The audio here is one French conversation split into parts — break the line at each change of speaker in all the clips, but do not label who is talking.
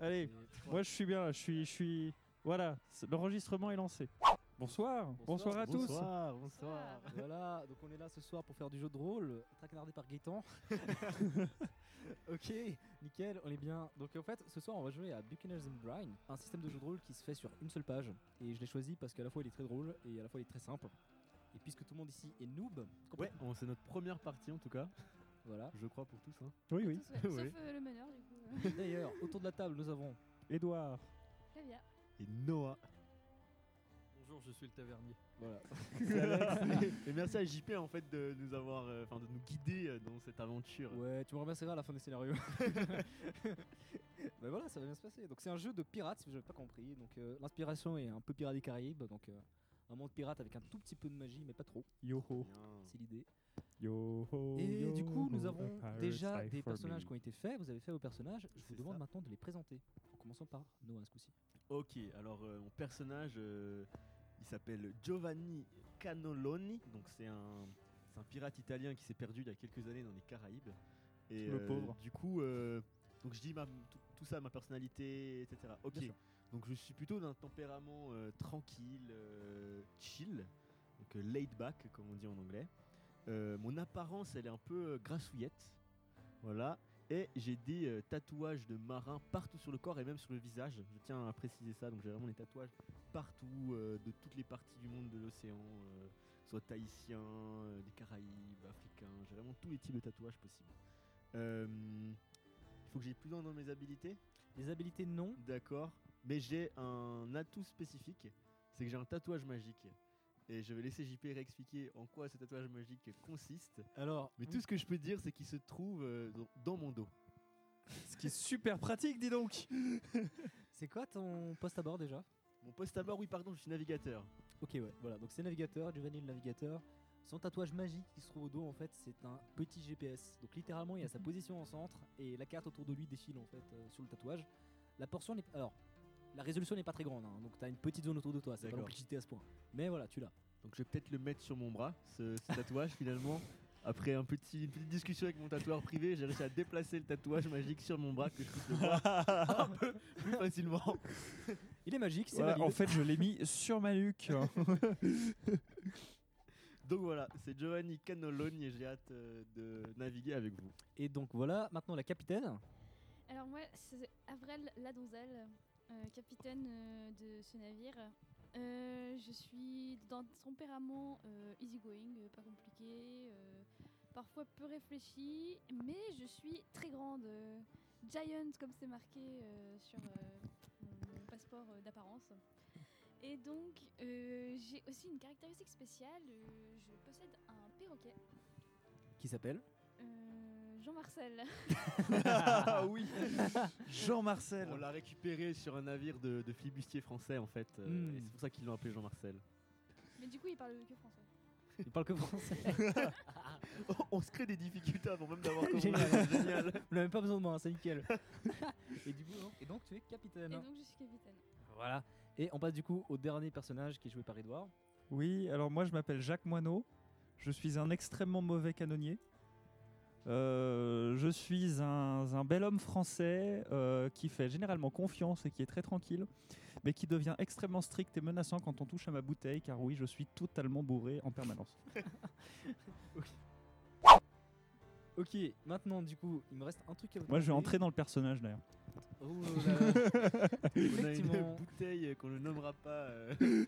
Allez, moi je suis bien, je suis, je suis. Voilà, c'est- l'enregistrement est lancé. Bonsoir, bonsoir, à
Bonsoir, bonsoir.
Ah,
voilà, donc on est là ce soir pour faire du jeu de rôle, traquenardé par Gaëtan. ok, nickel, on est bien. Donc en fait, ce soir, on va jouer à Buccaneers and Brine, un système de jeu de rôle qui se fait sur une seule page. Et je l'ai choisi parce qu'à la fois il est très drôle et à la fois il est très simple. Et puisque tout le monde ici est noob,
Ouais,
complètement-
on- c'est notre première partie en tout cas,
Voilà.
je crois pour tous. hein.
tous. Oui, oui.
Tous, ouais. Sauf
Oui.
euh, le meneur, du coup. euh,
D'ailleurs, autour de la table, nous avons.
Edouard.
Flavia.
Et Noah.
Bonjour, je suis le tavernier.
Voilà.
et merci à JP en fait de nous avoir, euh, enfin de nous guider euh, dans cette aventure.
Ouais, tu me remercieras à la fin des scénarios. Mais voilà, ça va bien se passer. Donc c'est un jeu de pirates, si vous n'avez pas compris. Donc euh, l'inspiration est un peu Pirates des Caraïbes, donc euh, un monde pirate avec un tout petit peu de magie, mais pas trop.
Yo ho.
Bien.
C'est l'idée.
Yo
Oh,
ho.
Et
yo
du coup, nous
ho,
avons
a pirate's
déjà
life
des
for
personnages
me.
qui ont été faits. Vous avez fait vos personnages. Je vous
C'est
demande
ça.
maintenant de les présenter. En commençant par Noah ce coup-ci.
Ok, alors euh, mon personnage, euh, il s'appelle Giovanni Canoloni, donc c'est un, c'est un pirate italien qui s'est perdu il y a quelques années dans les Caraïbes. Et
Le
euh,
pauvre.
Du coup, euh, donc je dis ma- tout, tout ça, ma personnalité, etc. Ok,
Bien sûr.
donc je suis plutôt d'un tempérament euh, tranquille, euh, chill, donc euh, laid back comme on dit en anglais. Euh, mon apparence, elle est un peu euh, grassouillette, voilà. Et j'ai des euh, tatouages de marin partout sur le corps et même sur le visage. Je tiens à préciser ça, donc j'ai vraiment des tatouages partout, euh, de toutes les parties du monde de l'océan, euh, soit tahitien, euh, des Caraïbes, africains, j'ai vraiment tous les types de tatouages possibles. Euh, Il faut que j'ai plus dans mes habilités,
Les habilités non.
d'accord, mais j'ai un atout spécifique, c'est que j'ai un tatouage magique. Et je vais laisser JP réexpliquer en quoi ce tatouage magique consiste.
Alors,
Mais tout ce que je peux dire, c'est qu'il se trouve euh, dans- dans mon dos.
Ce qui est super pratique, dis donc.
c'est quoi ton poste à bord déjà
Mon poste à bord, oui, pardon, je suis navigateur.
Ok, ouais, voilà. Donc c'est navigateur, Giovanni le navigateur. Son tatouage magique qui se trouve au dos, en fait, c'est un petit GPS. Donc littéralement, il a sa position en centre et la carte autour de lui défile, en fait, euh, sur le tatouage. La portion n'est. Alors, la résolution n'est pas très grande, hein, donc t'as une petite zone autour de toi, c'est pas non
D'accord.
plus cheaté à ce point. Mais voilà, tu l'as.
Donc je vais peut-être le mettre sur mon bras, ce, ce tatouage finalement. Après un petit, une petite discussion avec mon tatoueur privé, j'ai réussi à déplacer le tatouage magique sur mon bras que je puisse le voir un peu plus facilement.
Il est magique, c'est
Voilà,
valide.
en fait, je l'ai mis sur ma nuque.
Donc voilà, c'est Giovanni Canoloni et j'ai hâte euh, de naviguer avec vous.
Et donc voilà, maintenant la capitaine.
Alors, moi, c'est Avrel Ladonzel, euh, capitaine euh, de ce navire. Euh, je suis dans un tempérament euh, easygoing, euh, pas compliqué, euh, parfois peu réfléchi, mais je suis très grande. euh, giant, comme c'est marqué euh, sur euh, mon mon passeport euh, d'apparence. Et donc, euh, j'ai aussi une caractéristique spéciale euh, je possède un perroquet.
Qui s'appelle
Euh, Jean-Marcel.
ah oui
Jean-Marcel.
On l'a récupéré sur un navire de, de flibustiers français en fait, euh,
Hmm.
et c'est pour ça qu'ils l'ont appelé Jean-Marcel.
Mais du coup, il parle que français.
Il parle que français.
on se crée des difficultés avant même d'avoir
commencé.
commencé, génial
Vous n'avez même pas besoin de moi, hein, c'est nickel. et du coup, donc- et donc tu es
Ah
capitaine.
Et donc, je suis capitaine.
Voilà. Et on passe du coup au dernier personnage qui est joué par Edouard.
Oui, alors moi je m'appelle Jacques Moineau, je suis un extrêmement mauvais canonnier. Euh, je suis un, un bel homme français euh, qui fait généralement confiance et qui est très tranquille, mais qui devient extrêmement strict et menaçant quand on touche à ma bouteille, car oui, je suis totalement bourré en permanence.
Ok, maintenant du coup, il me reste un truc à vous
Moi je vais
demander.
entrer dans le personnage d'ailleurs.
Oh là là.
On a une
Effectivement.
bouteille euh, qu'on ne nommera pas. euh,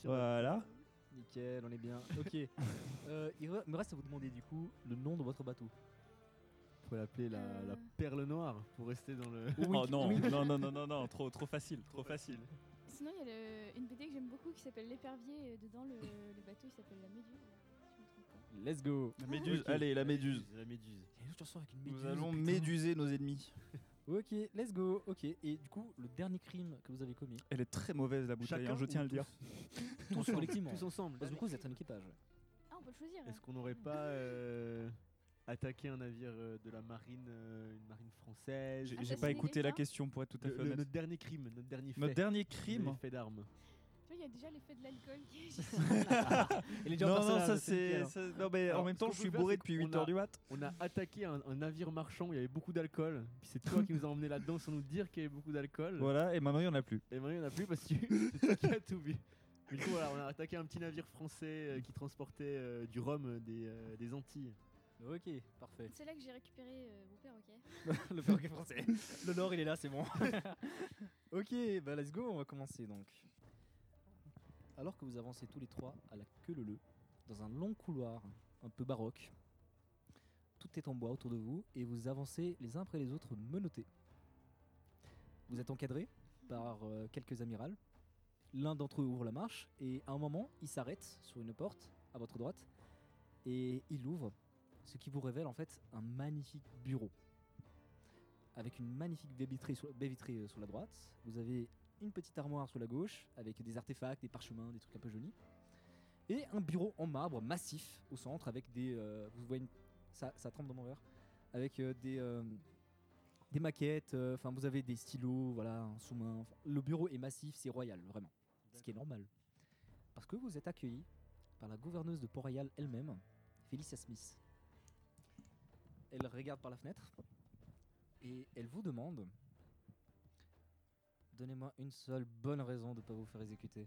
sur-
Voilà.
Nickel, on est bien. Ok. Euh, il re- me reste à vous demander du coup le nom de votre bateau.
Faut l'appeler la,
Euh.
la perle noire pour rester dans le.
Oh non, non, non, non, non, non, trop, trop facile, trop facile.
Sinon, il y a le- une BD que j'aime beaucoup qui s'appelle L'épervier. et Dedans, le, le bateau, il s'appelle La Méduse. si je me trompe pas.
Let's go.
La méduse,
Ok.
allez, la méduse.
La méduse.
Il y a une autre chanson avec une
Nous
méduse,
allons
putain.
méduser nos ennemis.
Ok, let's go. Ok, et du coup, le dernier crime que vous avez commis.
Elle est très mauvaise la bouteille, hein, je
ou
tiens à le dire.
Tous collectivement.
Tous ensemble.
Parce que du coup, vous êtes un équipage.
Ah, on peut le choisir.
Est-ce qu'on n'aurait pas euh, attaqué un navire euh, de la marine, euh, une marine française
J'ai
Ah,
j'ai
ça,
pas
c'est
écouté la
quelqu'un
question pour être tout à
Le-
fait
le-
honnête.
Notre dernier crime, notre dernier fait.
Notre dernier
Notre
crime
dernier fait d'armes.
Tu vois, il y y a déjà l'effet de l'alcool qui agit.
Et les gens
Non,
par
non,
là,
ça
je sais
c'est.
lequel, hein.
ça- Non, mais en
Alors,
même
ce
temps,
qu'on
je
peut
suis
faire,
bourré
c'est
depuis
qu'on
8h
a-
du mat.
On a attaqué un, un navire marchand, il y avait beaucoup d'alcool. Puis c'est toi qui nous a emmené là-dedans sans nous dire qu'il y avait beaucoup d'alcool.
Voilà, et maintenant il n'y en a plus.
Et maintenant, il n'y en a plus parce que c'est toi qui as tout bu. Du coup, voilà, on a attaqué un petit navire français euh, qui transportait euh, du rhum euh, des, euh, des Antilles.
Ok, parfait.
C'est là que j'ai récupéré euh, mon père, ok
le perroquet français. Le Nord, il est là, c'est bon. ok, bah let's go, on va commencer donc. Alors que vous avancez tous les trois à la queue leu leu, dans un long couloir un peu baroque, tout est en bois autour de vous et vous avancez les uns après les autres menottés. Vous êtes encadrés par euh, quelques amirals. L'un d'entre eux ouvre la marche et à un moment, il s'arrête sur une porte à votre droite et il l'ouvre, ce qui vous révèle en fait un magnifique bureau avec une magnifique baie vitrée, sur, baie vitrée, euh, sur la droite. Vous avez une petite armoire sur la gauche avec des artefacts, des parchemins, des trucs un peu jolis. Et un bureau en marbre massif au centre avec des. euh, vous voyez, une- ça, ça tremble dans mon verre. Avec euh, des, euh, des maquettes, euh, enfin vous avez des stylos, voilà, un sous-main. Enfin, Le bureau est massif, c'est royal, vraiment. Ce qui est normal. Parce que vous êtes accueilli par la gouverneuse de Port-Royal elle-même, Felicia Smith. Elle regarde par la fenêtre et elle vous demande Donnez-moi une seule bonne raison de ne pas vous faire exécuter.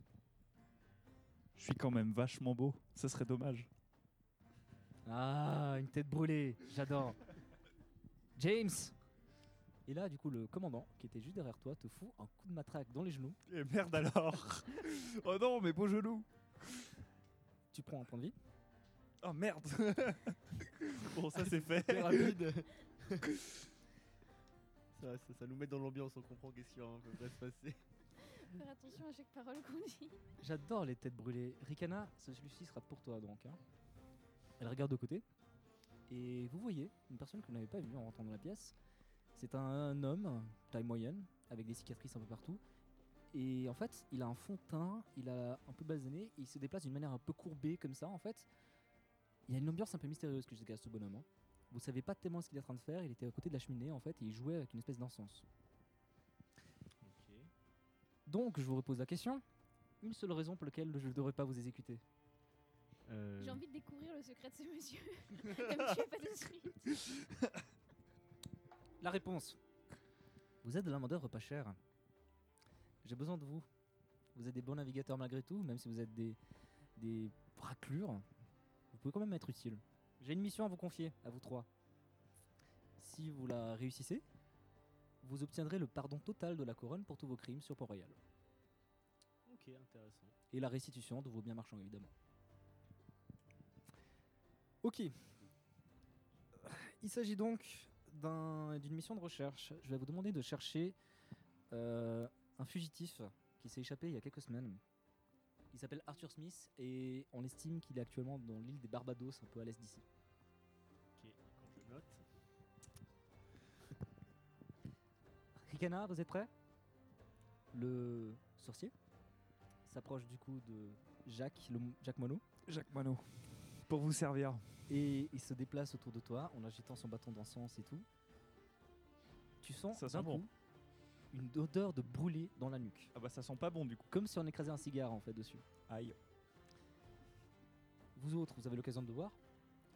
Je suis quand même vachement beau. Ça serait dommage.
Ah, une tête brûlée, j'adore. James Et là, du coup, le commandant, qui était juste derrière toi, te fout un coup de matraque dans les genoux.
Et Eh, merde alors Oh non, mes beaux genoux
Tu prends un point de vie.
Oh merde Bon, ça c'est fait.
Très rapide. ça, ça- ça nous met dans l'ambiance, on comprend qu'est-ce qui va à peu près se passer.
Faire attention à chaque parole qu'on dit.
J'adore les têtes brûlées. Ricana, celui-ci sera pour toi donc. hein. Elle regarde de côté et vous voyez une personne que vous n'avez pas vue en rentrant dans la pièce. C'est un homme, taille moyenne, avec des cicatrices un peu partout. Et en fait, il a un fond de teint, il a un peu basané, et il se déplace d'une manière un peu courbée comme ça. En fait, il y a une ambiance un peu mystérieuse que je dégage ce bonhomme. hein. Vous savez pas tellement ce qu'il est en train de faire. Il était à côté de la cheminée en fait et il jouait avec une espèce d'encens. Donc, je vous repose la question. Une seule raison pour laquelle je ne devrais pas vous exécuter.
Euh,
J'ai envie de découvrir le secret de ce monsieur. Comme tu es pas de suite.
La réponse. Vous êtes de la main-d'œuvre pas chère. J'ai besoin de vous. Vous êtes des bons navigateurs malgré tout, même si vous êtes des, des raclures. Vous pouvez quand même être utile. J'ai une mission à vous confier, à vous trois. Si vous la réussissez, vous obtiendrez le pardon total de la couronne pour tous vos crimes sur Port-Royal.
Ok, intéressant.
Et la restitution de vos biens marchands, évidemment. Ok. Il s'agit donc d'un- d'une mission de recherche. Je vais vous demander de chercher euh, un fugitif qui s'est échappé il y a quelques semaines. Il s'appelle Arthur Smith et on estime qu'il est actuellement dans l'île des Barbados, un peu à l'est d'ici.
Ok, quand je note.
Ricana, vous êtes prêts Le sorcier s'approche du coup de Jacques, le, Jacques Moineau.
Jacques Mano, pour vous servir.
et il se déplace autour de toi en agitant son bâton d'encens et tout. Tu sens
Ça
d'un
sent bon.
coup une odeur de brûlé dans la nuque,
Ah bah ça sent pas bon du coup.
comme si on écrasait un cigare en fait dessus.
Aïe.
Vous autres, vous avez l'occasion de le voir.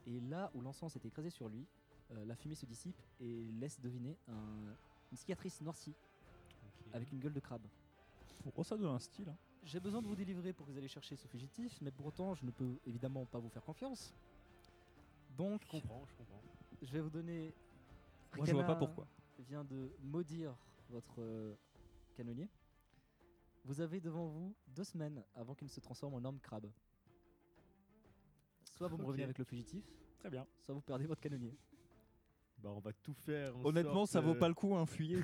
Et là où l'encens s'est écrasé sur lui, euh, la fumée se dissipe et laisse deviner un- une cicatrice noircie avec une gueule de crabe.
Oh ça donne un style. hein.
J'ai besoin de vous délivrer pour que vous allez chercher ce fugitif, mais pour autant, je ne peux évidemment pas vous faire confiance. Donc,
Je comprends, je comprends.
je vais vous donner.
Moi je vois pas
Ricana-
pourquoi.
vient de maudire votre euh, canonnier. Vous avez devant vous deux semaines avant qu'il ne se transforme en énorme crabe. Soit vous me revenez
Ok.
avec le fugitif,
Très bien.
soit vous perdez votre canonnier.
Bah, on va tout faire. en
Honnêtement,
sorte,
ça vaut
euh,
pas le coup, hein, fuyez.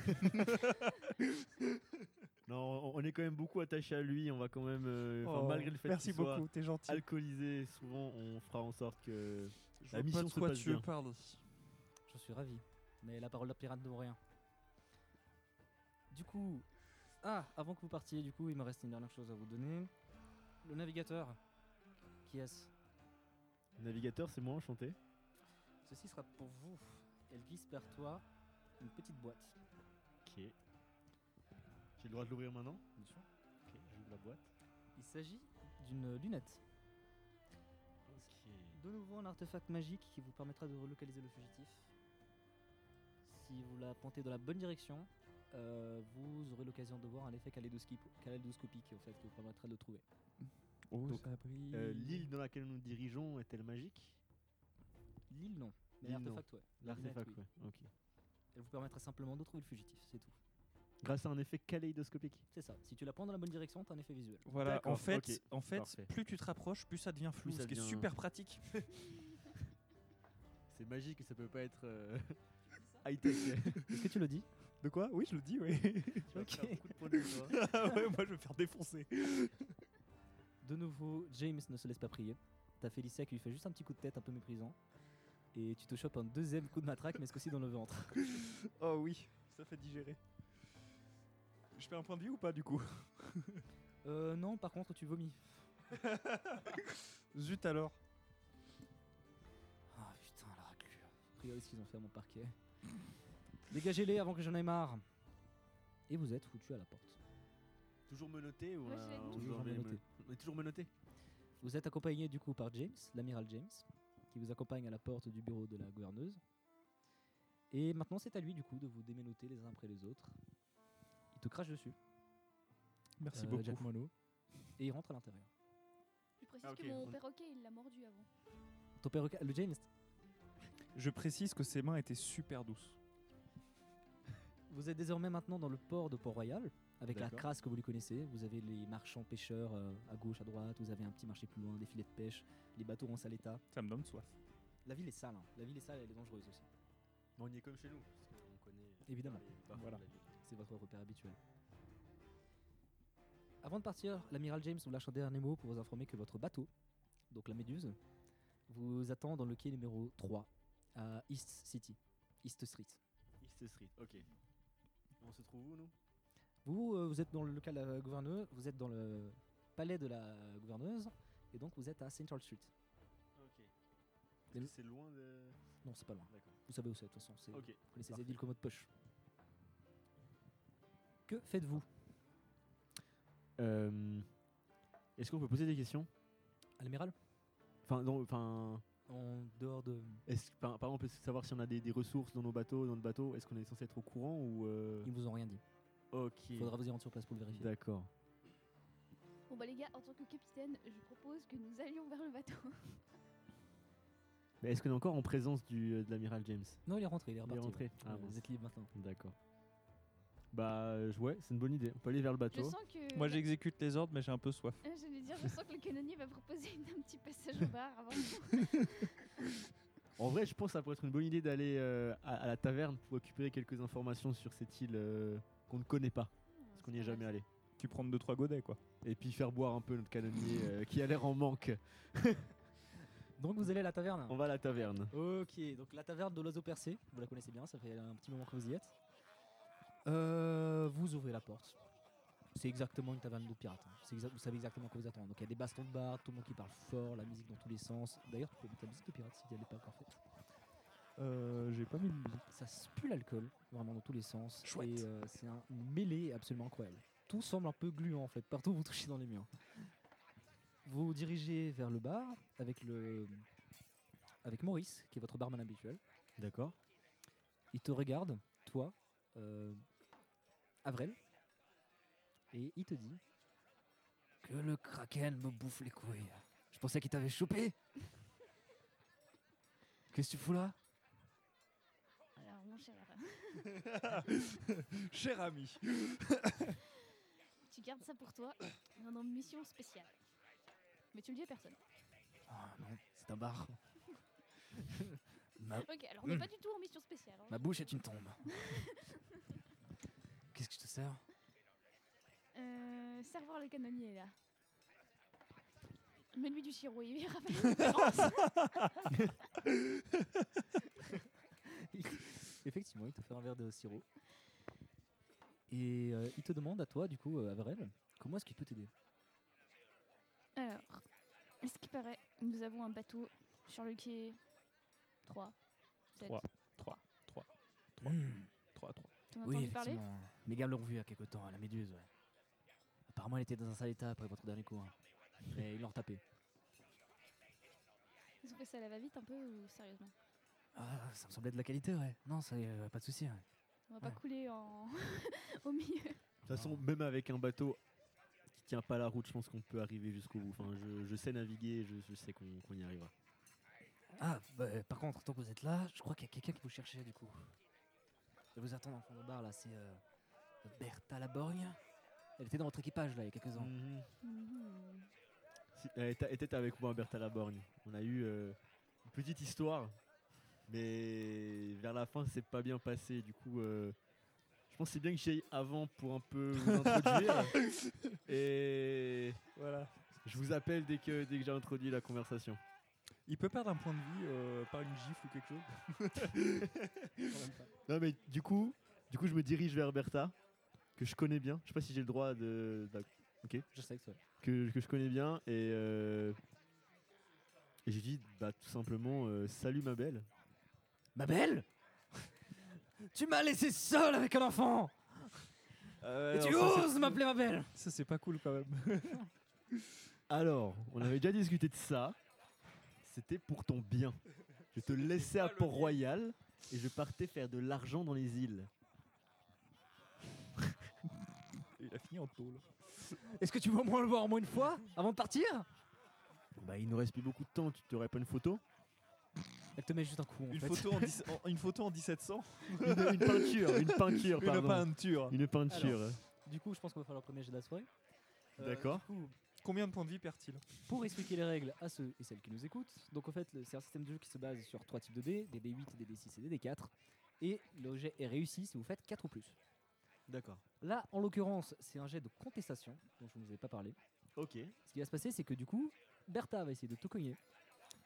Non, on- on est quand même beaucoup attaché à lui. On va quand même, euh, enfin,
Oh,
malgré le fait
Merci
qu'il soit
beaucoup, t'es gentil.
alcoolisé, souvent on fera en sorte que.
Je
la mission se passe bien.
parles.
J'en suis ravi. Mais la parole de pirate ne vaut rien. Du coup, ah, avant que vous partiez, du coup, il me reste une dernière chose à vous donner. Le navigateur. Qui est-ce
Navigateur, c'est moi enchanté.
Ceci sera pour vous. Elle glisse vers toi une petite boîte.
Ok. J'ai le droit de l'ouvrir maintenant Ok, j'ouvre la boîte.
Il s'agit d'une lunette. De nouveau un artefact magique qui vous permettra de relocaliser le fugitif. Si vous la pointez dans la bonne direction, euh, vous aurez l'occasion de voir un effet kaléidoscopi- kaléidoscopique en fait, qui vous permettra de le trouver.
Oh,
Donc,
ça brille.
Euh, L'île dans laquelle nous nous dirigeons est-elle magique
L'île non, mais
L'île, non.
l'artefact ouais. La lunette,
L'artefact,
oui.
ouais. ok.
Elle vous permettra simplement de trouver le fugitif, c'est tout.
Grâce à un effet kaléidoscopique.
C'est ça. Si tu la prends dans la bonne direction, t'as un effet visuel.
Voilà, en
D'accord,
fait,
ok,
en fait
parfait.
plus tu te rapproches, plus ça devient flou,
Plus ça
ce qui est
devient-
super pratique.
C'est magique, ça peut pas être euh, high-tech.
Est-ce que tu le dis
De quoi Oui, je le dis, oui.
Ok.
Ah ouais, moi je vais me faire défoncer.
De nouveau, James ne se laisse pas prier. T'as Félicia qui lui fait juste un petit coup de tête un peu méprisant. Et tu te chopes un deuxième coup de matraque, mais ce coup-ci dans le ventre.
Oh oui, ça fait digérer. Je fais un point de vie ou pas du coup
Euh, non, par contre, tu vomis.
Zut alors.
Ah putain, la raclure. A priori, ce qu'ils ont fait à mon parquet. Dégagez-les avant que j'en aie marre. Et vous êtes foutu à la porte.
Toujours menotté ou
Moi,
on a-
je l'ai
on
toujours
nous a enlevé les
menotté.
menottes On est toujours menotté
Vous êtes accompagné du coup par James, l'amiral James, qui vous accompagne à la porte du bureau de la gouverneuse. Et maintenant, c'est à lui du coup de vous démenoter les uns après les autres. Il te crache dessus.
Merci
euh,
beaucoup.
Jack Moineau. Et il rentre à l'intérieur.
Je précise
Ah, ok,
que mon
on-
perroquet, il l'a mordu avant.
Ton père, le James,
Je précise que ses mains étaient super douces.
vous êtes désormais maintenant dans le port de Port-Royal, avec la
D'accord.
crasse que vous lui connaissez. Vous avez les marchands pêcheurs euh, à gauche, à droite, vous avez un petit marché plus loin, des filets de pêche, les bateaux en sale état.
Ça me donne soif.
La ville est sale, hein. la ville est sale, elle est dangereuse aussi.
Mais on y est comme chez nous, parce qu'on connaît. euh,
Évidemment.
Voilà.
C'est votre repère habituel. Avant de partir, l'amiral James vous lâche un dernier mot pour vous informer que votre bateau, donc la Méduse, vous attend dans le quai numéro 3 à East City, East Street.
East Street, ok. On se trouve où, nous
Vous, euh, vous êtes dans le local de la gouverneuse, vous êtes dans le palais de la gouverneuse, et donc vous êtes à Central Street.
Ok.
Des-
C'est loin de.
Non, c'est pas loin.
D'accord.
Vous savez où c'est, de toute façon. c'est-
Ok.
Vous connaissez
Parfait.
cette ville comme votre poche. Que faites-vous
Euh, Est-ce qu'on peut poser des questions
à l'amiral
Enfin, non, enfin.
En dehors de...
Est-ce, par, par exemple, est-ce que savoir si on a des, des ressources dans nos bateaux, dans le bateau, est-ce qu'on est censé être au courant ou. euh,
Ils vous ont rien dit.
Ok.
Il faudra vous y rendre sur place pour le vérifier.
D'accord.
Bon, bah, les gars, en tant que capitaine, je propose que nous allions vers le bateau.
Mais est-ce qu'on est encore en présence du, euh, de l'amiral James
Non, il est rentré, il est
Il
reparti.
est rentré.
ouais.
Ah,
vous
mince.
êtes libre maintenant.
D'accord. Bah, euh, ouais, c'est une bonne idée. On peut aller vers le
Je
bateau.
sens que.
Moi
la-
j'exécute les ordres, mais j'ai un peu soif.
Euh, J'allais dire, je sens que le canonnier va proposer une- un petit passage au bar avant.
En vrai, je pense que ça pourrait être une bonne idée d'aller euh, à, à la taverne pour récupérer quelques informations sur cette île euh, qu'on ne connaît pas, parce qu'on n'y est jamais allé.
Tu prends deux trois godets quoi.
Et puis faire boire un peu notre canonnier euh, qui a l'air en manque.
Donc vous allez à la taverne
On va à la taverne.
Ok, donc la taverne de l'oiseau percé, vous la connaissez bien, ça fait un petit moment que vous y êtes. Euh, vous ouvrez la porte. C'est exactement une taverne de pirates. hein. C'est exa- vous savez exactement quoi vous attend. Donc il y a des bastons de bar, tout le monde qui parle fort, la musique dans tous les sens. D'ailleurs, tu peux mettre la musique de pirates si elle n'est pas encore faite.
Euh, j'ai pas mis de musique.
Ça se pue l'alcool, vraiment dans tous les sens.
Chouette.
Et euh, c'est un une mêlée absolument incroyable. Tout semble un peu gluant en fait, partout où vous touchez dans les murs. Vous vous dirigez vers le bar avec le avec Maurice, qui est votre barman habituel.
D'accord.
Il te regarde, toi, euh, Avrel, et il te dit Que le kraken me bouffe les couilles. Je pensais qu'il t'avait chopé. Qu'est-ce que tu fous là
Alors, mon cher,
Cher ami.
tu gardes ça pour toi. Dans nos missions spéciales. Mais tu le dis à personne.
Ah non, c'est un bar. ma,
Ok, alors on n'est pas du tout en mission spéciale. hein.
ma bouche est une tombe. Qu'est-ce que je te sers
Euh, sers voir le canonnier là. Mets-lui du chiro, il verra pas la différence.
Effectivement, il te fait un verre de sirop. Et euh, il te demande à toi, du coup, euh, Avrel, comment est-ce qu'il peut t'aider
Alors, à ce qui paraît, nous avons un bateau sur le quai 3.
Trois.
3
Hmm.
T'en as entendu parler
hein, Mes gars l'ont vu il y a quelque temps, à la méduse, ouais. Apparemment, elle était dans un sale état après votre dernier coup. hein. Mais ils l'ont retapé.
Ils ont fait ça à la va-vite un peu ou sérieusement
Ah, ça me semblait de la qualité, ouais. Non, ça, euh, pas de souci. ouais.
On va pas
Ouais.
couler en... au milieu.
toute façon, même avec un bateau qui tient pas la route, je pense qu'on peut arriver jusqu'au bout. Enfin, je, je sais naviguer, je, je sais qu'on qu'on y arrivera.
Ah, bah, euh, par contre, tant que vous êtes là, je crois qu'il y a quelqu'un qui vous cherchait du coup. Je vais vous attendre en fond de bar là, c'est euh, Bertha Laborgne. Elle était dans votre équipage là il y a quelques ans.
Mhm.
Hmm.
Mhm.
Si- elle était- elle était avec moi, Bertha Laborgne. On a eu euh, une petite histoire, mais vers la fin, c'est pas bien passé. Du coup, euh, je pense que c'est bien que j'y aille avant pour un peu vous introduire. Et
Voilà.
je vous appelle dès que, dès que j'ai introduit la conversation.
Il peut perdre un point de vie euh, par une gifle ou quelque chose.
Non, mais du coup, du coup, je me dirige vers Bertha, que je connais bien. Je sais pas si j'ai le droit de, d'a-
Je sais que c'est vrai.
que, que je connais bien et, euh, et je lui dis bah, tout simplement euh, salut ma belle.
Ma belle Tu m'as laissé seule avec un enfant Et tu oses m'appeler ma belle
Ça, c'est pas cool quand même.
Alors, on avait déjà discuté de ça. C'était pour ton bien. Je te laissais à Port-Royal et je partais faire de l'argent dans les îles.
Il a fini en tôle.
Est-ce que tu veux au moins le voir au moins une fois avant de partir
Bah, il nous reste plus beaucoup de temps, tu t'aurais pas une photo
Elle te met juste un coup en
Une
fait.
photo en, dix- en- une photo en 1700
une, une peinture, une peinture,
Une
pardon.
peinture.
Une peinture.
Du coup, je pense qu'on va faire le premier jeu de la soirée. Euh,
D'accord.
du coup,
Combien de points de vie perd-il
Pour expliquer les règles à ceux et celles qui nous écoutent, donc en fait, le- c'est un système de jeu qui se base sur trois types de dés, des D8, des D6 et des D4. Et le jet est réussi si vous faites 4 ou plus.
D'accord.
Là, en l'occurrence, c'est un jet de contestation, dont je ne vous ai pas parlé.
Ok.
Ce qui va se passer, c'est que du coup, Bertha va essayer de te cogner.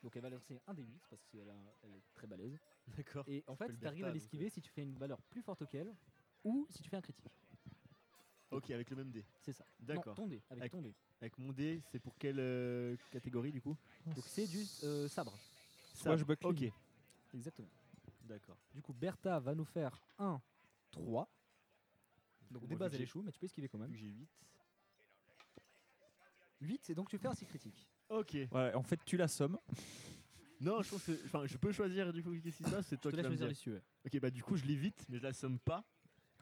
Donc elle va lancer un D8 parce qu'elle a- elle est très balèze.
D'accord.
Et en fait,
le
tu arrives
Bertha,
à
donc, euh.
l'esquiver si tu fais une valeur plus forte qu'elle ou si tu fais un critique.
Ok, avec le même dé.
C'est ça. Non,
D'accord.
ton dé, avec
Avec-
ton dé.
Avec mon dé, c'est pour quelle euh, catégorie du coup
Donc c'est du euh, sabre.
Ça.
Swashbuckling.
Ok.
Exactement.
D'accord.
Du coup, Bertha va nous faire 1, 3. Donc des
Moi, vu
bases,
que
elle
j'ai-
échoue, mais tu peux esquiver quand
vu
même.
que j'ai 8.
8, et donc tu fais un 6 critique.
Ok.
Voilà, en fait, tu la sommes.
Non, je pense que. Enfin, je peux choisir du coup qu'est-ce qui se passe, c'est
Je
toi
te
qui
laisse
vas me
choisir
dire.
les cieux.
Ok, bah du coup, je l'évite, mais je la somme pas.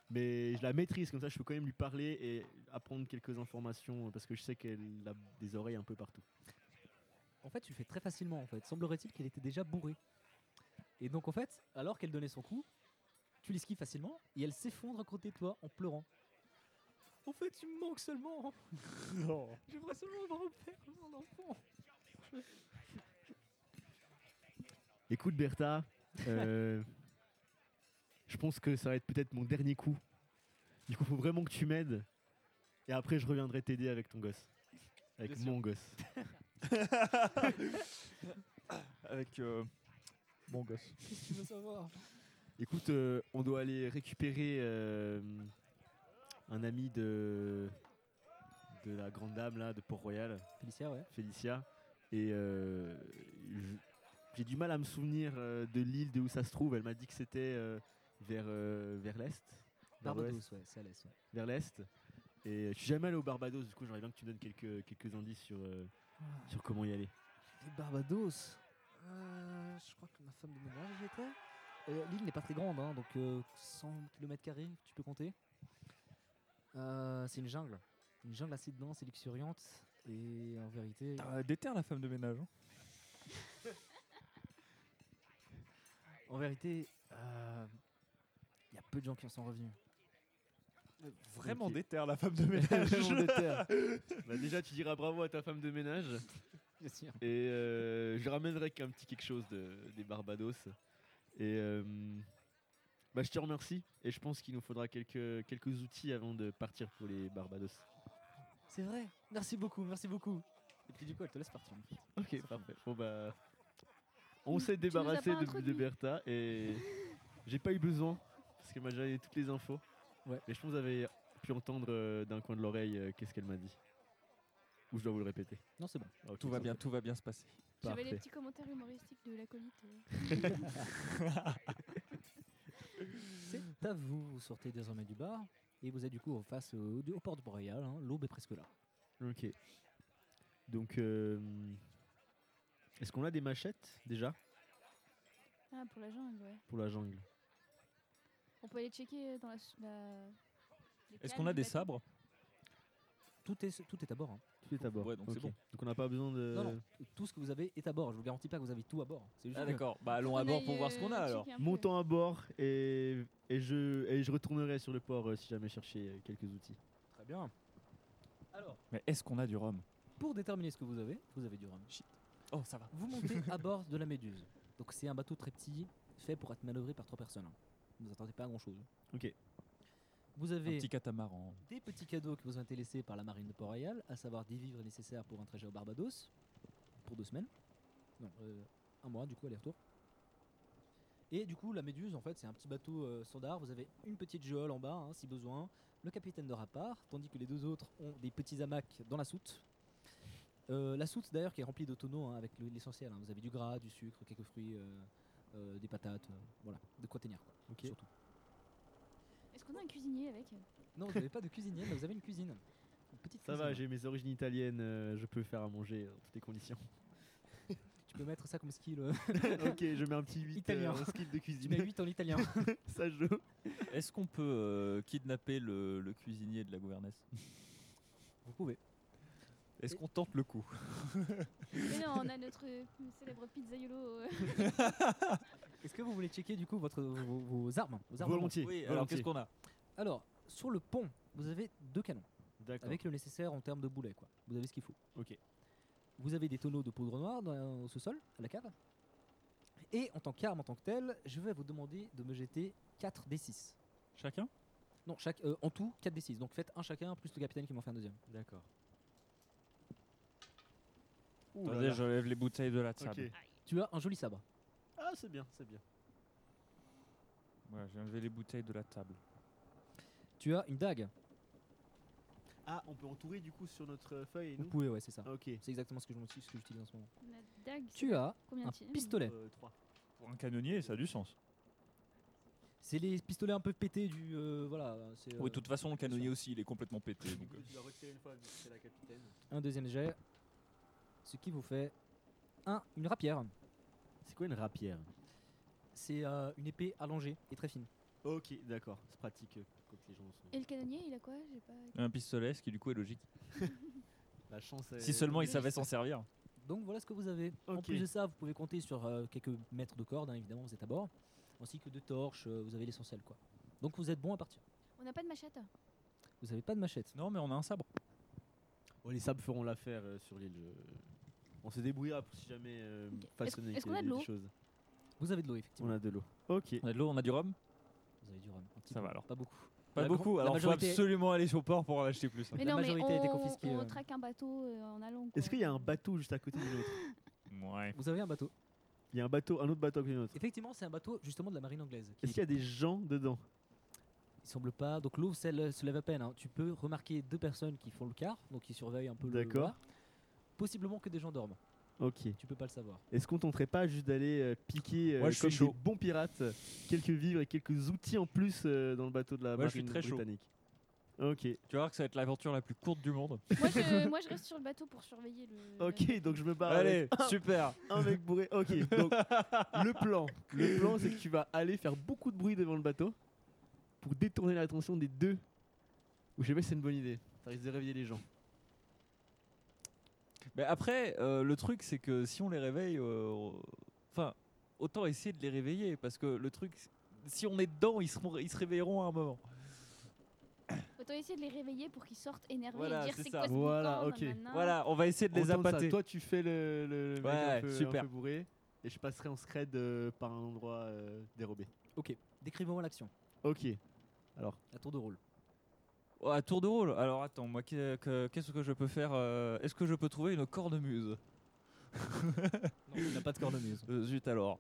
Mais je la maîtrise, comme ça je peux quand même lui parler et apprendre quelques informations euh, parce que je sais qu'elle a des oreilles un peu partout.
En fait, tu le fais très facilement, en fait. Semblerait-il qu'elle était déjà bourrée. Et donc, en fait, alors qu'elle donnait son coup, tu l'esquives facilement, et elle s'effondre à côté de toi en pleurant. En fait, tu me manques seulement. J'aimerais seulement avoir un père, mon enfant.
Écoute, Bertha, euh, je pense que ça va être peut-être mon dernier coup. Du coup, faut vraiment que tu m'aides et après je reviendrai t'aider avec ton gosse. Avec
Bien sûr.
mon gosse.
Avec euh, mon gosse.
Qu'est-ce que tu veux savoir
Écoute, euh, on doit aller récupérer euh, un ami de, de la grande dame là, de Port-Royal,
Félicia, ouais.
Félicia. Et euh, je- j'ai du mal à me souvenir euh, de l'île, de où ça se trouve. Elle m'a dit que c'était euh, vers, euh, vers l'est. Vers l'ouest,
Barbados, Bah, ouais, c'est à l'est. ouais.
vers l'est. Et euh, je suis jamais allé au Barbados, du coup j'aimerais bien que tu me donnes quelques, quelques indices sur, euh,
Ah.
sur comment y aller.
Les Barbados Euh, Je crois que ma femme de ménage y était. Euh, L'île n'est pas très grande, hein, donc euh, 100 km, tu peux compter. Euh, c'est une jungle. Une jungle assez dense et luxuriante. Et en vérité.
Ah, déterre la femme de ménage. hein.
En vérité, il y a peu de gens qui en sont revenus.
Vraiment
Ok.
déterre la femme de ménage.
Vraiment déterre. Bah, déjà tu diras bravo à ta femme de ménage.
Bien sûr.
Et euh, je ramènerai qu'un petit quelque chose de- des Barbados. Et euh, bah, je te remercie. Et je pense qu'il nous faudra quelques, quelques outils avant de partir pour les Barbados.
C'est vrai. Merci beaucoup, merci beaucoup. Et puis du coup, elle te laisse partir. en fait.
Ok, parfait. Bon, bah, on s'est
Tu nous as pas
débarrassé de, de
introduit.
Bertha et j'ai pas eu besoin parce qu'elle m'a déjà donné toutes les infos.
Ouais.
Mais je pense que vous avez pu entendre euh, d'un coin de l'oreille euh, qu'est-ce qu'elle m'a dit. Ou je dois vous le répéter. Ah,
Non, c'est bon.
Ok,
Tout va
ça,
bien, tout va bien se passer.
J'avais les
Parfait.
petits commentaires humoristiques de l'acolyte. euh.
C'est à vous. Vous sortez désormais du bar. Et vous êtes du coup face au, au port de Boréal, hein, l'aube est presque là.
Ok. Donc, euh, est-ce qu'on a des machettes déjà
Ah, pour la jungle, ouais.
pour la jungle
On peut aller checker euh, dans la. s- la- les
Est-ce
cales
qu'on a des
du bateau.
sabres
Tout est, tout est à bord. hein.
Tout est à bord.
Ouais, donc c'est
Ok.
bon.
on n'a pas besoin de.
Non, non, tout ce que vous avez est à bord. Je vous garantis pas que vous avez tout à bord. C'est juste
Ah
que-
d'accord, bah allons
Qu'on
à bord
aille,
pour voir ce
euh,
qu'on a alors.
checker un peu.
Montons à bord et, et, je, et je retournerai sur le port euh, si jamais chercher euh, quelques outils.
Très bien. Alors,
Mais est-ce qu'on a du rhum
pour déterminer ce que vous avez, vous avez du rhum.
Oh ça va.
Vous montez à bord de la Méduse. Donc c'est un bateau très petit, fait pour être manœuvré par trois personnes. hein. Ne vous attendez pas à grand chose.
Ok.
Vous
Un
avez
petit catamaran.
des petits cadeaux qui vous ont été laissés par la marine de Port-Royal, à savoir des vivres nécessaires pour un trajet au Barbados, pour deux semaines. Non, euh, un mois du coup, aller-retour. Et du coup, la Méduse, en fait, c'est un petit bateau euh, standard. Vous avez une petite geôle en bas, hein, si besoin. Le capitaine de rappart, tandis que les deux autres ont des petits hamacs dans la soute. Euh, la soute, d'ailleurs, qui est remplie de tonneaux hein, avec le- l'essentiel. hein. Vous avez du gras, du sucre, quelques fruits, euh, euh, des patates, euh, voilà, de quoi tenir, quoi,
Ok.
surtout.
Est-ce qu'on a un cuisinier avec
Non, vous n'avez pas de cuisinier, mais vous avez une cuisine. Une petite
Ça va,
cuisine.
j'ai mes origines italiennes, euh, je peux faire à manger dans toutes les conditions.
Tu peux mettre ça comme skill. euh,
ok, je mets un petit 8
Italien.
en skill de
tu mets
cuisine.
8 en italien.
Ça joue.
Est-ce qu'on peut euh, kidnapper le, le cuisinier de la gouvernesse
Vous pouvez.
Est-ce qu'on tente le coup
Mais non, on a notre euh, célèbre pizzaiolo. euh,
Est-ce que vous voulez checker du coup votre, vos, vos armes, vos armes
Volontiers.
Oui, alors
volontiers.
qu'est-ce qu'on a
Alors, sur le pont, vous avez deux canons,
D'accord.
avec le nécessaire en termes de boulets. Quoi. Vous avez ce qu'il faut.
Ok.
Vous avez des tonneaux de poudre noire dans, au sous-sol, à la cave. Et en tant qu'arme, en tant que telle, je vais vous demander de me jeter 4 D6.
Chacun
Non, chaque, euh, en tout, 4 D6. Donc faites un chacun, plus le capitaine qui m'en fait un deuxième.
D'accord. Ouh là
Attendez,
là.
je lève les bouteilles de la
Ok.
table.
Tu as un joli sabre.
Ah, c'est bien, c'est bien.
Ouais, j'ai enlevé les bouteilles de la table.
Tu as une dague.
Ah, on peut entourer du coup sur notre euh, feuille et
Vous
nous
pouvez, ouais, c'est ça.
Ah, Ok.
C'est exactement ce que je m'utilise- ce que j'utilise en ce moment.
on a Dag.
Tu as
Combien
un
de tirs
pistolet.
Euh, trois.
Pour un canonnier, ça a du sens.
C'est les pistolets un peu pétés du. euh, voilà. c'est,
Oui,
euh,
de toute façon, le canonnier aussi, il est complètement pété. donc, euh.
Tu dois retirer une fois vu que c'est la capitaine.
Un deuxième jet. Ce qui vous fait. Un, une rapière.
C'est quoi une rapière
C'est euh, une épée allongée et très fine.
Ok, d'accord. C'est pratique euh, quand les gens sont.
Et le canonnier, il a quoi J'ai pas.
Un pistolet, ce qui du coup est logique.
La chance.
Si seulement il
oui,
savait s'en servir.
Donc voilà ce que vous avez. En
Ok.
plus de ça, vous pouvez compter sur euh, quelques mètres de corde, hein, évidemment, vous êtes à bord. Ainsi que deux torches, euh, vous avez l'essentiel quoi. Donc vous êtes bon à partir.
On n'a pas de machette
Vous n'avez pas de machette.
Non, mais on a un sabre.
Oh, les sables feront l'affaire euh, sur l'île. je- On se débrouillera pour si jamais euh,
Ok. Est-ce-
façonner
est-ce qu'on a de
des- des
l'eau
choses.
Vous avez de l'eau,
On
effectivement.
a de l'eau. Ok.
On a de l'eau, on a du rhum.
Vous avez du rhum. Un petit
Ça
peu,
va alors.
Pas beaucoup.
Pas
La
beaucoup,
grand- la
alors
majorité-
faut absolument aller sur port pour en acheter plus. hein.
Mais
La
non,
majorité
mais
a
on,
été confisquée,
on
euh.
traque un bateau euh, en allant. quoi.
Est-ce qu'il y a un bateau juste à côté de l'autre
Ouais.
Vous avez un bateau.
Il y a un bateau, un autre bateau que le nôtre.
Effectivement, c'est un bateau justement de la marine anglaise. qui-
Est-ce qu'il y a des gens dedans
Il semble pas. Donc l'eau celle, se lève à peine. hein. Tu peux remarquer deux personnes qui font le quart, donc qui surveillent un peu le.
D'accord.
bar. Possiblement que des gens dorment.
Ok.
Tu peux pas le savoir.
Est-ce qu'on tenterait pas juste d'aller euh, piquer euh,
Moi, je suis
comme
chaud.
des bons pirates euh, quelques vivres et quelques outils en plus euh, dans le bateau de la
Moi, je suis
marine
très chaud.
britannique Ok.
Tu vas voir que ça va être l'aventure la plus courte du monde.
moi je, moi, je reste sur le bateau pour surveiller le.
Ok, donc je me barre
Bah, Allez, super.
avec un mec bourré. Ok, donc le plan, le plan, c'est que tu vas aller faire beaucoup de bruit devant le bateau pour détourner l'attention des deux. Ou je sais pas si c'est une bonne idée. Ça risque de réveiller les gens.
Mais après, euh, le truc, c'est que si on les réveille, euh, enfin, autant essayer de les réveiller parce que le truc, si on est dedans, ils, seront, ils se réveilleront à un moment.
Autant essayer de les réveiller pour qu'ils sortent énervés
Voilà,
et dire
c'est
c'est
ça.
quoi ce
Voilà,
boucan,
ok.
nanana.
Voilà, on va essayer de les
On tente ça.
appâter.
Toi, tu fais le, le- le mec
Ouais,
un, peu, un
super.
peu bourré et je passerai en scred euh, par un endroit euh, dérobé.
Décrivez-moi l'action.
Ok. Alors,
La tour de rôle.
Oh, à tour de rôle. Alors attends, moi, qu'est- que- qu'est-ce que je peux faire euh, Est-ce que je peux trouver une cornemuse
Non, il n'a pas de cornemuse.
Euh, Zut alors.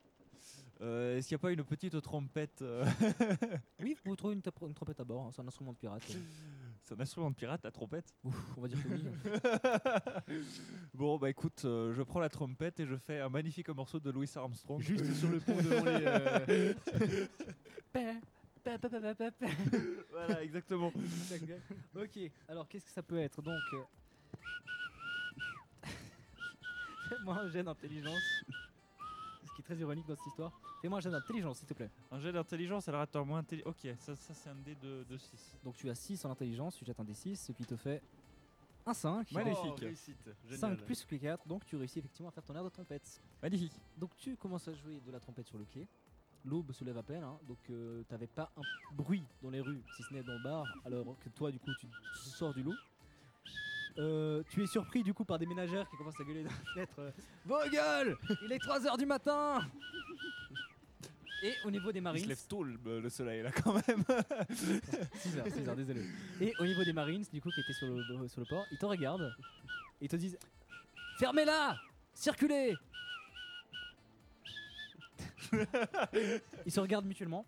Euh, Est-ce qu'il n'y a pas une petite trompette euh,
Oui, vous trouvez une, tap- une trompette à bord. hein, C'est un instrument de pirate. euh.
C'est un instrument de pirate, la trompette.
Ouf, on va dire que oui.
Bon, bah écoute, euh, je prends la trompette et je fais un magnifique morceau de Louis Armstrong.
euh, juste sur le pont devant les. euh,
Pain, Pa, pa, pa, pa, pa, pa.
voilà, exactement.
ok, alors qu'est-ce que ça peut être donc euh, Fais-moi un jet d'intelligence. Ce qui est très ironique dans cette histoire. Fais-moi un jet d'intelligence, s'il te plaît.
Un jet d'intelligence, alors attends, moins intelli- Ok, ça, ça c'est un dé de, 6.
Donc tu as 6 en intelligence, tu jettes un D6, ce qui te fait un 5.
Magnifique.
Oh, réussite. Génial.
5 plus que 4, donc tu réussis effectivement à faire ton air de trompette.
Magnifique.
Donc tu commences à jouer de la trompette sur le quai. L'aube se lève à peine, hein, donc euh, t'avais pas un bruit dans les rues, si ce n'est dans le bar, alors que toi, du coup, tu sors du lot. Euh, tu es surpris du coup par des ménagères qui commencent à gueuler dans la fenêtre. euh, Vos gueules Il est 3h du matin Et au niveau des
Il se
marines,
lève tôt le, le soleil là quand même.
6 heures, 6 heures, désolé. Et au niveau des Marines, du coup, qui étaient sur le, sur le port, ils te regardent et ils te disent Fermez-la Circulez Ils se regardent mutuellement,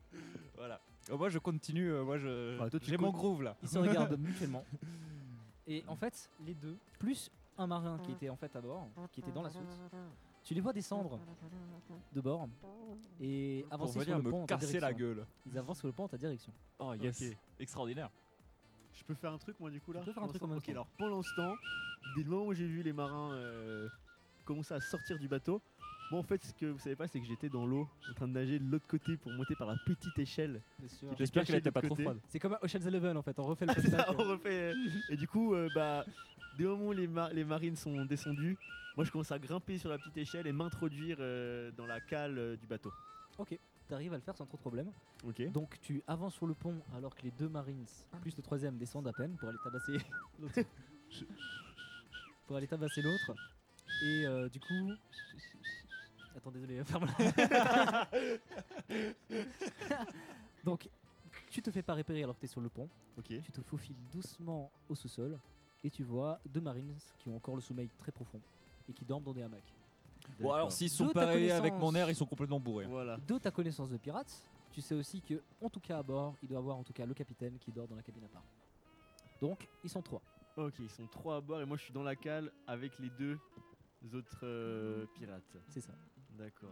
voilà. Oh, moi je continue, euh, moi je.
Bah, toi, tu
J'ai mon
con-
groove là.
ils se regardent mutuellement. Et en fait, les deux, plus un marin qui était en fait à bord, qui était dans la soute, tu les vois descendre de bord et
Pour
avancer sur
venir
le
me
pont en ta
casser la
direction.
gueule.
Ils avancent sur le pont en ta direction.
Oh
yes.
Extraordinaire.
Je peux faire un truc, moi, du coup, là
Tu peux faire un
Pour
truc en
l'instant
même
Ok,
temps.
alors, pour l'instant, dès le moment où j'ai vu les marins euh, commencer à sortir du bateau, moi, en fait, ce que vous savez pas, c'est que j'étais dans l'eau, en train de nager de l'autre côté pour monter par la petite échelle.
J'espère qu'elle
caché
était
de
pas trop
côté.
froide.
C'est comme à Ocean's Eleven en fait, on refait le
C'est ça,
passage.
on refait. euh, Et du coup, euh, bah, dès le moment où les, ma- les marines sont descendus, moi, je commence à grimper sur la petite échelle et m'introduire euh, dans la cale euh, du bateau.
T'arrives à le faire sans trop de problème.
Ok.
Donc tu avances sur le pont alors que les deux Marines, plus le troisième, descendent à peine pour aller tabasser l'autre. pour aller tabasser l'autre. Et euh, du coup... Attends, désolé, ferme Donc tu te fais pas repérer alors que t'es sur le pont.
Ok.
Tu te faufiles doucement au sous-sol et tu vois deux Marines qui ont encore le sommeil très profond et qui dorment dans des hamacs.
Bon alors s'ils sont
De ta
pareils avec mon air,
connaissance.
ils sont complètement bourrés.
Voilà.
De ta connaissance de pirate, tu sais aussi que, en tout cas à bord, il doit avoir en tout cas le capitaine qui dort dans la cabine à part. Donc, ils sont trois.
Ok, ils sont trois à bord et moi, je suis dans la cale avec les deux autres euh, pirates.
C'est ça.
D'accord.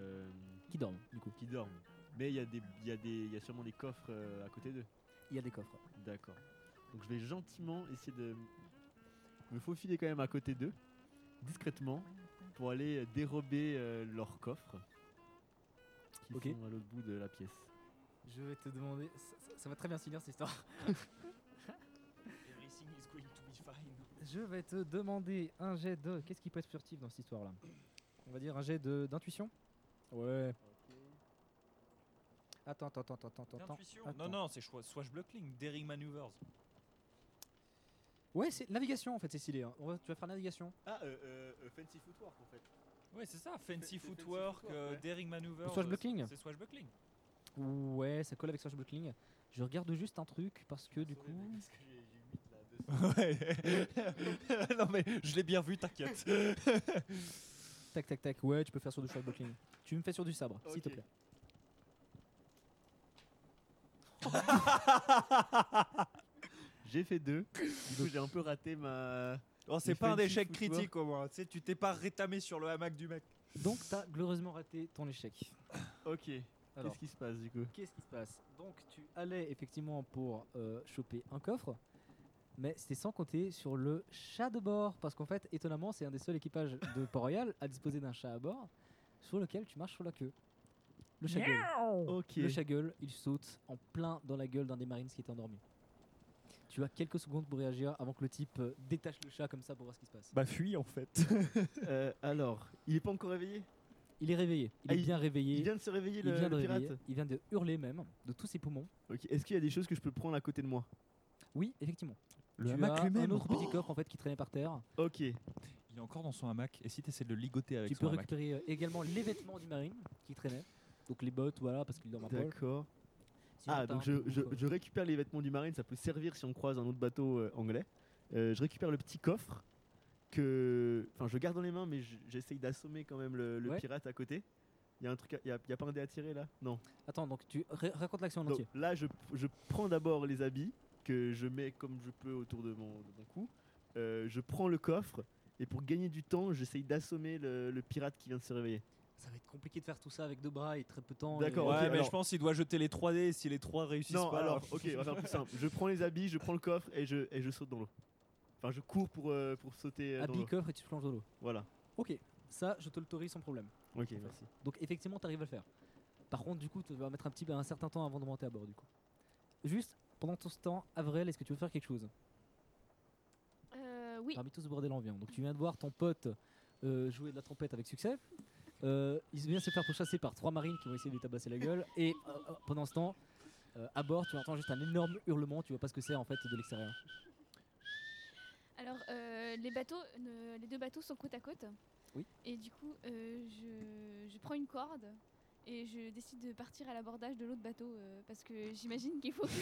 Euh,
Qui dorment, du coup.
qui dorment. Mais il y, a des- il y, a des- il y a sûrement des coffres euh, à côté d'eux.
Il y a des coffres.
D'accord. Donc je vais gentiment essayer de me faufiler quand même à côté d'eux, discrètement, pour aller dérober euh, leurs coffres qui
Ok.
sont à l'autre bout de la pièce.
Je vais te demander. Ça, va très bien finir cette histoire. Je vais te demander un jet de. Qu'est-ce qui peut être furtif dans cette histoire-là On va dire un jet de- d'intuition Ouais. Attends, attends, attends, attends, attends, attends.
Non non, c'est swashbuckling, daring maneuvers.
Ouais, c'est navigation en fait, c'est stylé. hein. On va- Tu vas faire navigation.
Ah, fancy footwork en fait.
Ouais, c'est ça,
fancy footwork, euh,
daring maneuvers.
swashbuckling.
C'est swashbuckling.
Ouais, ça colle avec Swashbuckling. Je regarde juste un truc parce que du coup.
Ouais. non mais je l'ai bien vu, t'inquiète.
Tac, tac, tac. Ouais, tu peux faire sur du Swashbuckling. Tu me fais sur du sabre, s'il te
Ok.
plaît.
J'ai fait deux. Du coup, j'ai un peu raté ma.
Oh,
Mais
c'est pas un
fancy
échec
footwork.
critique au moins. Tu sais, tu t'es pas rétamé sur le hamac du mec.
Donc, t'as glorieusement raté ton échec.
Ok.
Alors.
Qu'est-ce qui se passe du coup
Qu'est-ce qui se passe Donc, tu allais effectivement pour euh, choper un coffre, mais c'était sans compter sur le chat de bord. Parce qu'en fait, étonnamment, c'est un des seuls équipages de Port-Royal à disposer d'un chat à bord sur lequel tu marches sur la queue. Le chat gueule.
Ok.
Oh, Le chat gueule, il saute en plein dans la gueule d'un des marines qui était endormi. Tu as quelques secondes pour réagir avant que le type euh, détache le chat comme ça pour voir ce qui se passe.
Bah fuis en fait.
Euh, alors, il est pas encore réveillé
Il est réveillé, il
Ah,
est
il-
bien réveillé.
Il vient de se réveiller
il
le,
vient de
le pirate
réveiller, il vient de hurler même, de tous ses poumons.
Ok, Est-ce qu'il y a des choses que je peux prendre à côté de moi
Oui, effectivement.
Le
tu
hamac
as un
lui-même. Oh.
autre
Oh
petit coffre en fait qui traînait par terre.
Ok.
Il est encore dans son hamac. Et si t'essaies de le ligoter avec
tu
son
peux
hamac
récupérer euh, également les vêtements du marine qui traînaient. Donc les bottes, voilà, parce qu'il dort en poche.
D'accord.
Sinon,
Ah,
t'as
donc
un euh,
je,
peu de
je-
bouffe,
je récupère les vêtements du marine, ça peut servir si on croise un autre bateau euh, anglais. Euh, je récupère le petit coffre que. Enfin, je garde dans les mains, mais je- j'essaye d'assommer quand même le, le
Ouais.
pirate à côté. Il y a un truc, il y, a- y a pas un dé à tirer là Non.
euh. Attends, donc tu ra- raconte l'action en
Donc,
entier.
là, je, je prends d'abord les habits que je mets comme je peux autour de mon, de mon cou. Euh, je prends le coffre et pour gagner du temps, j'essaye d'assommer le, le pirate qui vient de se réveiller.
Ça va être compliqué de faire tout ça avec deux bras et très peu de temps.
D'accord,
et-
ouais,
ok,
mais
alors-
je pense qu'il doit jeter les 3D. Si les 3 réussissent
Non,
pas.
alors, ok, on va faire plus simple. Je prends les habits, je prends le coffre et je, et je saute dans l'eau. Enfin, je cours pour, euh, pour sauter euh, dans
Habille,
l'eau.
coffre et tu te plonges dans l'eau.
Voilà.
Ok, ça, je te l'autorise sans problème.
Ok, merci.
Donc effectivement, tu arrives à le faire. Par contre, du coup, tu vas mettre un petit un certain temps avant de monter à bord, du coup. Juste, pendant tout ce temps, Avril, est-ce que tu veux faire quelque chose
Euh, oui,
Parmi tout ce bordel ambiant. Donc tu viens de voir ton pote euh, jouer de la trompette avec succès. Euh, il vient se faire pourchasser par trois marines qui vont essayer de lui tabasser la gueule. Et euh, euh, pendant ce temps, euh, à bord, tu entends juste un énorme hurlement. Tu vois pas ce que c'est en fait de l'extérieur.
alors euh, les bateaux, ne- les deux bateaux sont côte à côte.
Oui.
Et du coup, euh, je, je prends une corde et je décide de partir à l'abordage de l'autre bateau euh, parce que j'imagine qu'il faut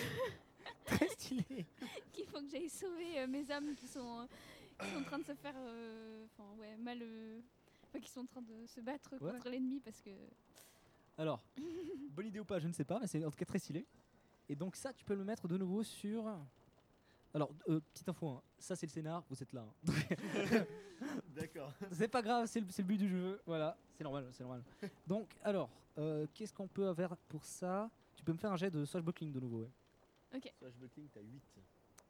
Très stylé.
qu'il faut que j'aille sauver euh, mes âmes qui sont, euh, qui sont en train de se faire euh, enfin, ouais, mal. euh, enfin, qui sont en train de se battre
Ouais.
contre l'ennemi parce que.
Alors, bonne idée ou pas, je ne sais pas, mais c'est en tout cas très stylé. Et donc ça, tu peux le mettre de nouveau sur. Alors, euh, petite info, hein, ça c'est le scénar, vous êtes là. hein.
D'accord.
C'est pas grave, c'est le, c'est le but du jeu. Voilà, c'est normal, c'est normal. Donc, alors, euh, qu'est-ce qu'on peut faire pour ça Tu peux me faire un jet de swashbuckling de nouveau, ouais.
Swashbuckling, t'as 8.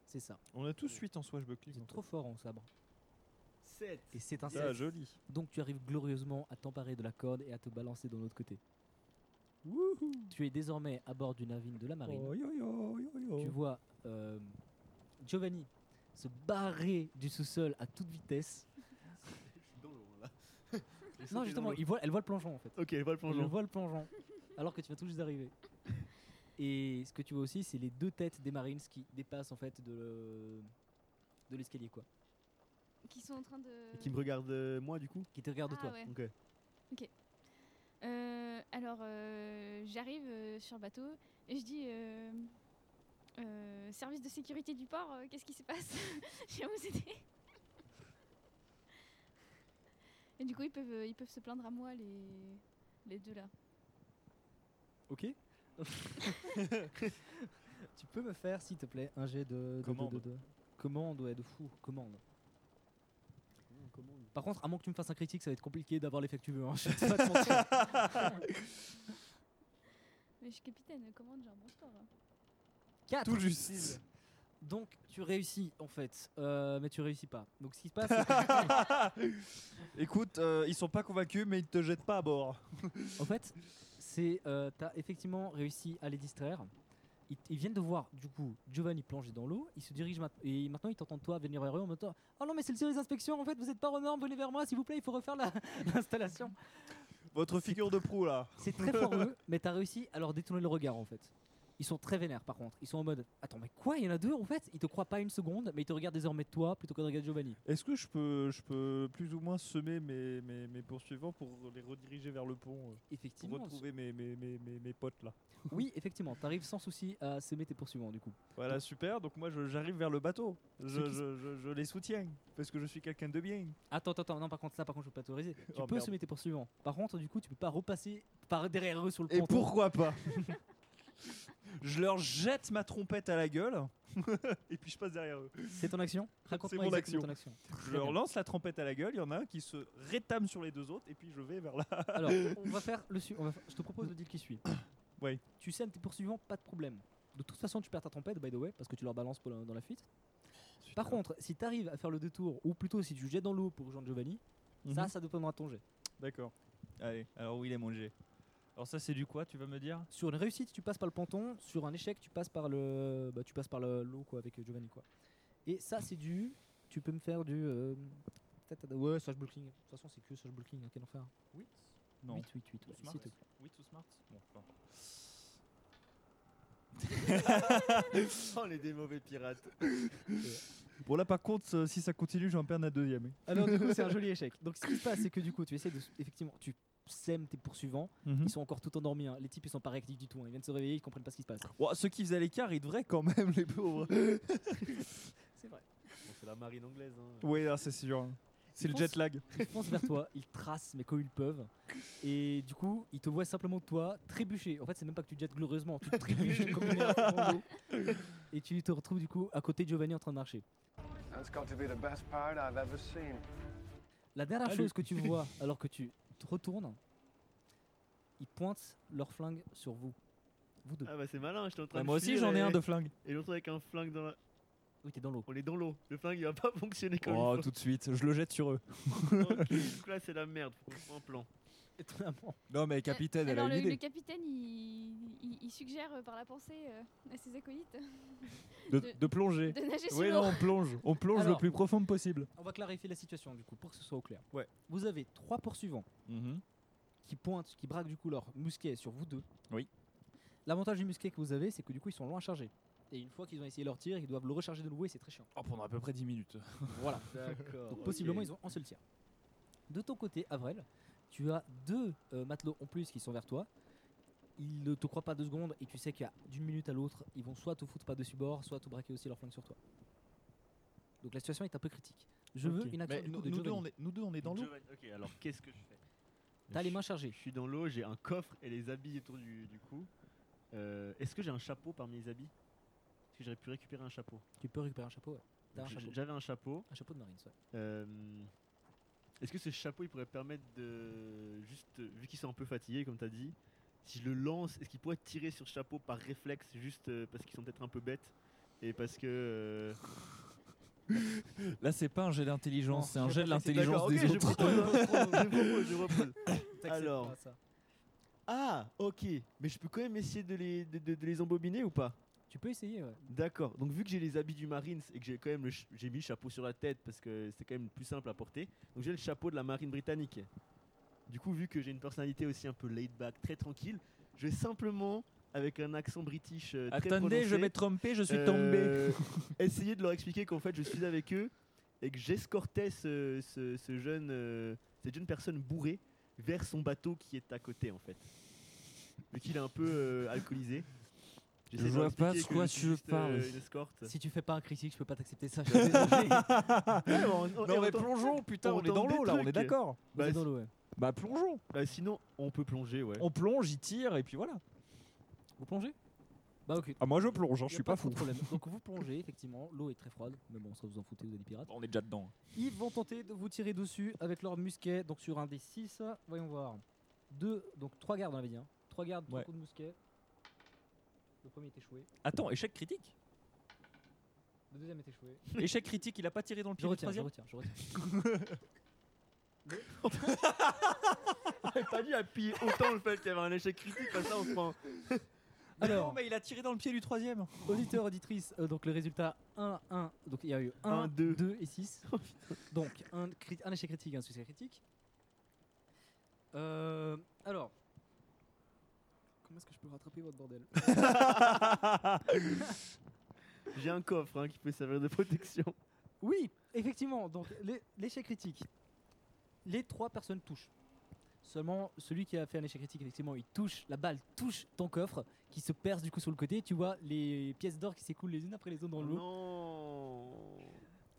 C'est ça.
On a tous 8 en swashbuckling.
C'est trop fort en sabre.
7.
Et c'est un
Ah,
sept.
joli.
Donc, tu arrives glorieusement à t'emparer de la corde et à te balancer de l'autre côté. Tu es désormais à bord du navire de la marine.
Oh, yo, yo, yo, yo.
Tu vois euh, Giovanni se barrer du sous-sol à toute vitesse.
Je suis dans l'eau, là. J'ai sauté
Non,
dans
justement,
l'eau.
il voit, elle voit le plongeon en fait.
Ok, je vois le
Je
plongeon.
vois le plongeon. Alors que tu vas tout juste d'arriver. Et ce que tu vois aussi, c'est les deux têtes des Marines qui dépassent en fait de, le- de l'escalier quoi.
qui sont en train de.
Et qui me regarde, euh, moi, du coup
Qui te regardent
Ah
toi.
ouais.
Ok.
Euh, alors, euh, j'arrive euh, sur le bateau et je dis euh, euh, Service de sécurité du port, euh, qu'est-ce qui se passe Je viens vous aider. et du coup, ils peuvent, ils peuvent se plaindre à moi, les, les deux là.
Ok. tu peux me faire, s'il te plaît, un jet de de- de- de-
Commande.
de- commande, ouais, de fou, commande. Par contre, à moins que tu me fasses un critique, ça va être compliqué d'avoir l'effet que tu veux. hein. Je vais pas te mentir.
Mais je suis capitaine, comment j'ai un bon score hein.
Quatre.
Tout juste.
Donc tu réussis en fait, euh, mais tu réussis pas. Donc ce qui se passe, c'est que-
Écoute, euh, ils sont pas convaincus, mais ils te jettent pas à bord.
en fait, c'est euh, t'as effectivement réussi à les distraire. Ils, ils viennent de voir du coup Giovanni plonger dans l'eau. Ils se dirigent mat- et maintenant ils t'entendent toi venir vers eux en même temps. Oh non mais c'est le service d'inspection en fait. Vous êtes pas aux normes. Venez vers moi s'il vous plaît. Il faut refaire la- l'installation.
Votre figure de proue là.
C'est très fort eux, mais t'as réussi à leur détourner le regard en fait. Ils sont très vénères par contre. Ils sont en mode attends mais quoi Il y en a deux en fait. Ils te croient pas une seconde, mais ils te regardent désormais toi plutôt que de regarder Giovanni.
Est-ce que je peux, je peux plus ou moins semer mes, mes, mes poursuivants pour les rediriger vers le pont euh, Pour
Effectivement.
retrouver mes, mes, mes, mes, mes potes là.
Oui, effectivement, t'arrives sans souci à semer tes poursuivants du coup.
Voilà, super. Donc moi je- j'arrive vers le bateau. Je,
Ceux qui-
je- je- je les soutiens parce que je suis quelqu'un de bien.
Attends, attends, attends, non, par contre, ça, par contre, je peux pas t'autoriser. Tu
Oh,
peux
merde.
semer tes poursuivants. Par contre, du coup, tu peux pas repasser par derrière eux sur le
Et
ponton.
pourquoi pas Je leur jette ma trompette à la gueule et puis je passe derrière eux.
C'est ton action Raconte-moi
mon
exactement ton action.
Je leur lance la trompette à la gueule, il y en a un qui se rétame sur les deux autres et puis je vais vers là.
Alors, on va faire le su- on va fa- Je te propose le deal qui suit.
Oui.
Tu sèmes tes poursuivants, pas de problème. De toute façon, tu perds ta trompette, by the way, parce que tu leur balances pour la- dans la fuite. Par contre, si t'arrives à faire le détour, ou plutôt si tu jettes dans l'eau pour rejoindre Giovanni, ça,
Mhm.
ça dépendra de ton jet.
D'accord. Allez, alors où il est mon jet Alors ça c'est du quoi tu vas me dire
Sur une réussite, tu passes par le ponton. Sur un échec, tu passes par le, bah, tu passes par le- l'eau quoi, avec Giovanni quoi. Et ça, c'est du. Tu peux me faire du. euh, tata- Ouais, swashbuckling. De toute façon, c'est que swashbuckling. hein, Quel enfer.
Oui. Non.
8, 8, 8.
Ou
ouais,
smart.
s'il te plaît.
Oui, tout smart. Bon, enfin.
Oh, on est des mauvais pirates.
Bon là par contre, euh, si ça continue, j'en perds un deuxième. hein.
Alors du coup, c'est un joli échec. Donc ce qui se passe, c'est que du coup, tu essaies de. Effectivement, tu sèmes tes poursuivants.
Mhm. Hmm.
Ils sont encore tout endormis. hein. Les types, ils sont pas réactifs du tout. hein. Ils viennent se réveiller, ils comprennent pas ce qui se passe.
Ouah, ceux qui faisaient l'écart, ils devraient quand même les pauvres.
C'est vrai.
Bon, c'est la marine anglaise. Hein.
oui, là, c'est sûr. C'est
Ils
le
pensent-
jet lag.
Ils foncent vers toi, ils tracent mais comme ils peuvent. Et du coup, ils te voient simplement toi trébucher. En fait, c'est même pas que tu te jettes glorieusement, tu trébuches comme une merde dans l'eau. Et tu te retrouves du coup à côté de Giovanni en train de marcher.
That's got to be the best pirate I've ever seen.
La dernière
Allez.
chose que tu vois alors que tu te retournes, ils pointent leur flingue sur vous. Vous deux.
Ah bah c'est malin, j'étais en train
Bah,
de
moi aussi
fuir
j'en ai
et-
un de flingue.
Et l'autre avec un flingue dans la...
Oui, t'es dans l'eau.
On est dans l'eau, le flingue il va pas fonctionner comme
Oh,
il faut.
tout de suite, je le jette sur eux.
Ok, donc là c'est la merde, faut qu'on prend un plan.
Étonnamment.
Non, mais capitaine, elle
Alors,
a une
le, le
idée.
capitaine, il, il- il suggère euh, par la pensée euh, à ses acolytes
De,
de-
de plonger.
de nager sous
Oui, non,
l'eau.
on plonge. On plonge le
Alors.
plus profond possible.
On va clarifier la situation du coup pour que ce soit au clair.
Ouais.
Vous avez trois poursuivants
Mhm.
qui pointent, qui braquent du coup leur mousquet sur vous deux.
Oui.
L'avantage du mousquet que vous avez, c'est que du coup ils sont loin chargés. Et une fois qu'ils ont essayé leur tir, ils doivent le recharger de nouveau et c'est très chiant.
Oh, pendant à peu près 10 minutes.
Voilà.
D'accord.
Donc possiblement ils ont un seul tir. De ton côté, Avrel, tu as deux euh, matelots en plus qui sont vers toi. Ils ne te croient pas deux secondes et tu sais qu'à d'une minute à l'autre, ils vont soit te foutre pas dessus bord, soit te braquer aussi leur flingue sur toi. Donc la situation est un peu critique. Je veux
Ok.
une action
Mais
du coup,
nous,
de
nous deux,
Giovanni.
on est, nous deux, on est dans l'eau.
Ok, alors qu'est-ce que je fais
T'as les
Je-
mains chargées.
Je suis dans l'eau, j'ai un coffre et les habits autour du, du cou. Euh, Est-ce que j'ai un chapeau parmi les habits Est-ce que j'aurais pu récupérer un chapeau
Tu peux récupérer un chapeau, ouais. T'as un
Donc, j-
chapeau.
J'avais un chapeau.
Un chapeau de marine, ouais.
Euh, Est-ce que ce chapeau il pourrait permettre de. Juste, euh, vu qu'ils sont un peu fatigués, comme t'as dit, si je le lance, est-ce qu'ils pourraient tirer sur ce chapeau par réflexe, juste euh, parce qu'ils sont peut-être un peu bêtes et parce que. euh,
Là, c'est pas un jet d'intelligence,
Non,
c'est un
j'ai
jet
pas
de
fait-
l'intelligence
D'accord, ok,
des
je
autres.
propose, je propose, je propose.
T'acceptes
Alors.
pas ça.
Ah, ok, mais je peux quand même essayer de les, de- de- de les embobiner ou pas
Tu peux essayer, ouais.
D'accord. Donc vu que j'ai les habits du Marines et que j'ai quand même le ch- j'ai mis le chapeau sur la tête parce que c'était quand même plus simple à porter. Donc j'ai le chapeau de la marine britannique. Du coup, vu que j'ai une personnalité aussi un peu laid back, très tranquille, je vais simplement avec un accent british euh, très
Attendez, je
prononcé,
m'ai trompé, je suis tombé.
euh, essayer de leur expliquer qu'en fait je suis avec eux et que j'escortais ce, ce- ce jeune euh, cette jeune personne bourrée vers son bateau qui est à côté en fait. Vu qu'il est un peu euh, alcoolisé.
Je
j'essaie de
vois
leur
pas
expliquer
de
que
quoi
je suis
tu
juste, euh,
parles.
une escorte.
Si tu fais pas un critique, je peux pas t'accepter ça. Je suis désolé.
Bah,
Ah, Ouais, on- on-
Non,
on
mais
tente-
plongeons, putain,
on
on est dans
tente des
l'eau là, on est
trucs.
d'accord.
Vous
Bah,
êtes dans l'eau, ouais.
Bah, plongeons.
bah, sinon, on peut plonger, ouais.
On plonge, il tire, et puis voilà.
Vous plongez Bah ok.
Ah, moi, je plonge, hein,
Y
je
a
suis
pas
pas
de
fou.
problème. Donc vous plongez, effectivement, l'eau est très froide, mais bon, ça vous en foutez, vous êtes des pirates.
On est déjà dedans.
Ils vont tenter de vous tirer dessus avec leur musquet, donc sur un des 6, voyons voir. Deux, donc trois gardes, on avait dit. Hein. Trois gardes, trois
Ouais.
coups de mousquet. Le premier est échoué,
Attends, échec critique
le deuxième est échoué.
Échec critique, il a pas tiré dans le
Je
pied du
retiens, je
troisième
retiens, je retiens.
J'aurais pas dû appuyer autant le fait qu'il y avait un échec critique, comme ça on se prend.
Alors,
Alors,
mais il a tiré dans le pied du troisième.
Auditeur, auditrice, euh, donc le résultat 1, 1, donc il y a eu 1,
Un, deux.
2 et 6. donc un, cri- un échec critique, un succès critique. Euh, alors, comment est-ce que je peux rattraper votre bordel
J'ai un coffre hein, qui peut servir de protection.
Oui, effectivement, donc l'é- l'échec critique. Les trois personnes touchent. Seulement, celui qui a fait un échec critique, effectivement, il touche, la balle touche ton coffre, qui se perce du coup sur le côté. Tu vois les pièces d'or qui s'écoulent les unes après les autres dans l'eau.
Non.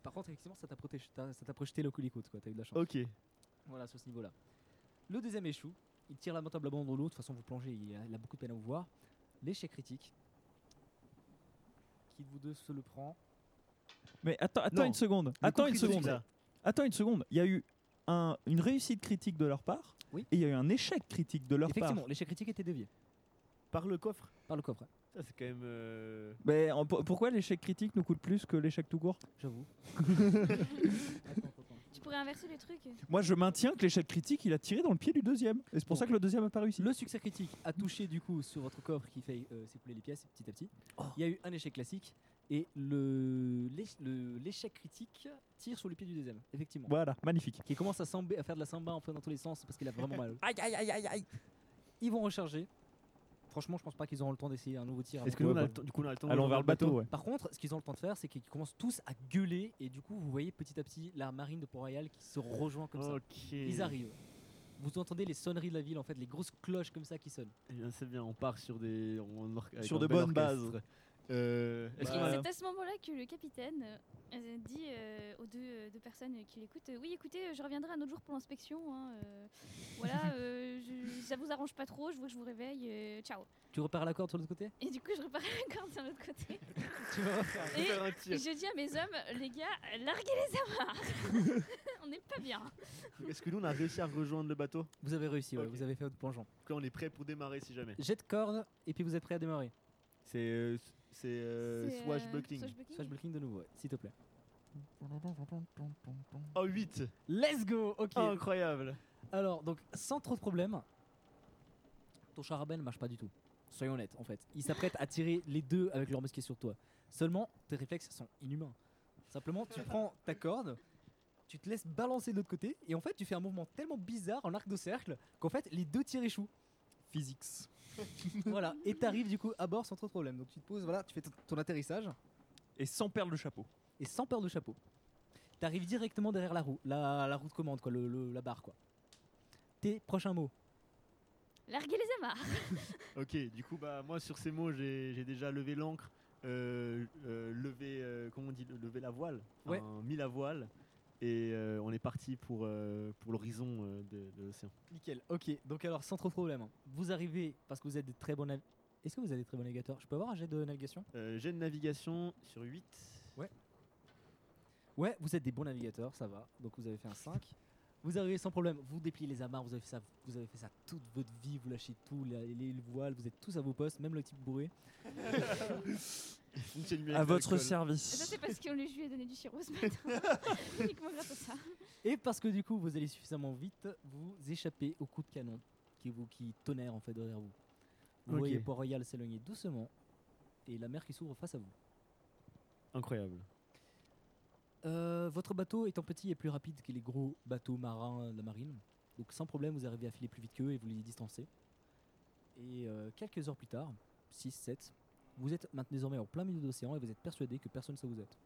Par contre, effectivement, ça t'a protégé, t'as- ça t'a projeté le coulicote, quoi. T'as eu de la chance.
Ok.
Voilà, sur ce niveau-là. Le deuxième échoue. Il tire lamentablement dans l'eau. De toute façon, vous plongez, il a, il a beaucoup de peine à vous voir. L'échec critique. Qui de vous deux se le prend
Mais attends, attends
Non.
une seconde.
Le
Attends
coup
une
critique,
seconde.
là.
Attends une seconde. Il y a eu un- une réussite critique de leur part
Oui.
et il y a eu un échec critique de leur part.
Effectivement, l'échec critique était dévié
Par le coffre.
par le coffre,
Ça, c'est quand même. euh,
Mais en- pour- pourquoi l'échec critique nous coûte plus que l'échec tout court
j'avoue. Attends, attends, attends.
Tu pourrais inverser les trucs.
Moi, je maintiens que l'échec critique, il a tiré dans le pied du deuxième. Et c'est pour
Bon.
ça que le deuxième a pas réussi.
Le succès critique a touché du coup sur votre coffre qui fait euh, s'écouler les pièces petit à petit.
Oh.
Il y a eu un échec classique et le l'éche- le- l'échec critique tire sur le pied du deuxième, effectivement.
Voilà, magnifique.
Qui commence à, samber- à faire de la samba un peu dans tous les sens parce qu'il a vraiment mal.
Aïe, aïe, aïe, aïe, aïe.
Ils vont recharger. Franchement, je pense pas qu'ils auront le temps d'essayer un nouveau tir.
Est-ce que
avant de-
nous, on a le temps- du coup, on a le temps
Allons
de
vers le bateau, ouais.
Par contre, ce qu'ils ont le temps de faire, c'est qu'ils commencent tous à gueuler et du coup, vous voyez petit à petit la marine de Port-Royal qui se rejoint comme ça.
Ok.
Ils arrivent. Vous entendez les sonneries de la ville, en fait, les grosses cloches comme ça qui sonnent.
Eh bien, c'est bien, on part sur des. on or- avec
Sur
un
de
bel
bonnes
orchestre. Euh, est-ce
Bah,
qu'on a-
Voilà.
C'est à ce moment-là que le capitaine euh, dit euh, aux deux, euh, deux personnes qui l'écoutent euh, Oui, écoutez, euh, je reviendrai un autre jour pour l'inspection. hein, euh, voilà, euh, je- ça vous arrange pas trop, je vois que je vous réveille. euh, ciao.
Tu repères la corde sur l'autre côté
Et du coup, je repars à la corde de l'autre côté.
Tu vas refaire.
on peut
et-
faire un
Et
tir
je dis à mes hommes Les gars, larguez les amarres On n'est pas bien.
Est-ce que nous on a réussi à rejoindre le bateau
Vous avez réussi, ouais,
Ok.
vous avez fait votre plongeon.
Donc là on est prêt pour démarrer si jamais.
Jet de corde, et puis vous êtes prêt à démarrer.
C'est euh, c'est euh,
C'est, euh,
swashbuckling.
swashbuckling.
Swashbuckling de nouveau, ouais, s'il te plaît.
Oh 8
Let's go Ok
Incroyable
Alors, donc, sans trop de problèmes, ton charabelle ne marche pas du tout. Soyons honnêtes, en fait. Ils s'apprêtent à tirer les deux avec leur mousquet sur toi. Seulement, tes réflexes sont inhumains. Simplement, tu prends ta corde, tu te laisses balancer de l'autre côté, et en fait, tu fais un mouvement tellement bizarre en arc de cercle qu'en fait, les deux tirs échouent.
Physics.
voilà, et t'arrives du coup à bord sans trop de problème. Donc, tu te poses, voilà, tu fais ton- ton atterrissage.
Et sans perdre le chapeau.
et sans peur de chapeau. T'arrives directement derrière la roue, la, la roue de commande, quoi, le, le- la barre, quoi. Tes prochains mots.
Larguez les amarres
Ok, du coup, bah, moi sur ces mots, j'ai j'ai déjà levé l'ancre, euh, euh, levé, euh, comment on dit, levé la voile,
Ouais.
Enfin, mis la voile, et euh, on est parti pour, euh, pour l'horizon euh, de, de l'océan.
Nickel. Ok, donc alors sans trop de problème, hein. vous arrivez parce que vous êtes des très bons nav- Est-ce que vous êtes des très bons navigateurs Je peux avoir un jet de navigation
Euh, J'ai de navigation sur 8.
Ouais, vous êtes des bons navigateurs, ça va. Donc vous avez fait un 5. Vous arrivez sans problème, vous dépliez les amarres, vous avez fait ça, vous avez fait ça toute votre vie, vous lâchez tout, la- les, voiles, vous êtes tous à vos postes, même le type bourré.
Fonctionne mieux
À
avec
votre
l'alcool.
Ça,
service.
c'est parce qu'on lui je lui ai donné du sirop ce matin. Uniquement grâce à ça.
Et parce que du coup vous allez suffisamment vite, vous échappez au coup de canon qui vous qui tonnerre en fait derrière vous. Vous
Ok.
voyez Port Royal s'éloigner doucement et la mer qui s'ouvre face à vous.
Incroyable.
Euh, votre bateau étant petit et plus rapide que les gros bateaux marins de la marine, donc sans problème vous arrivez à filer plus vite qu'eux et vous les distancez. Et euh, quelques heures plus tard, 6-7, vous êtes maintenant désormais en plein milieu de l'océan et vous êtes persuadé que personne ne sait où vous êtes.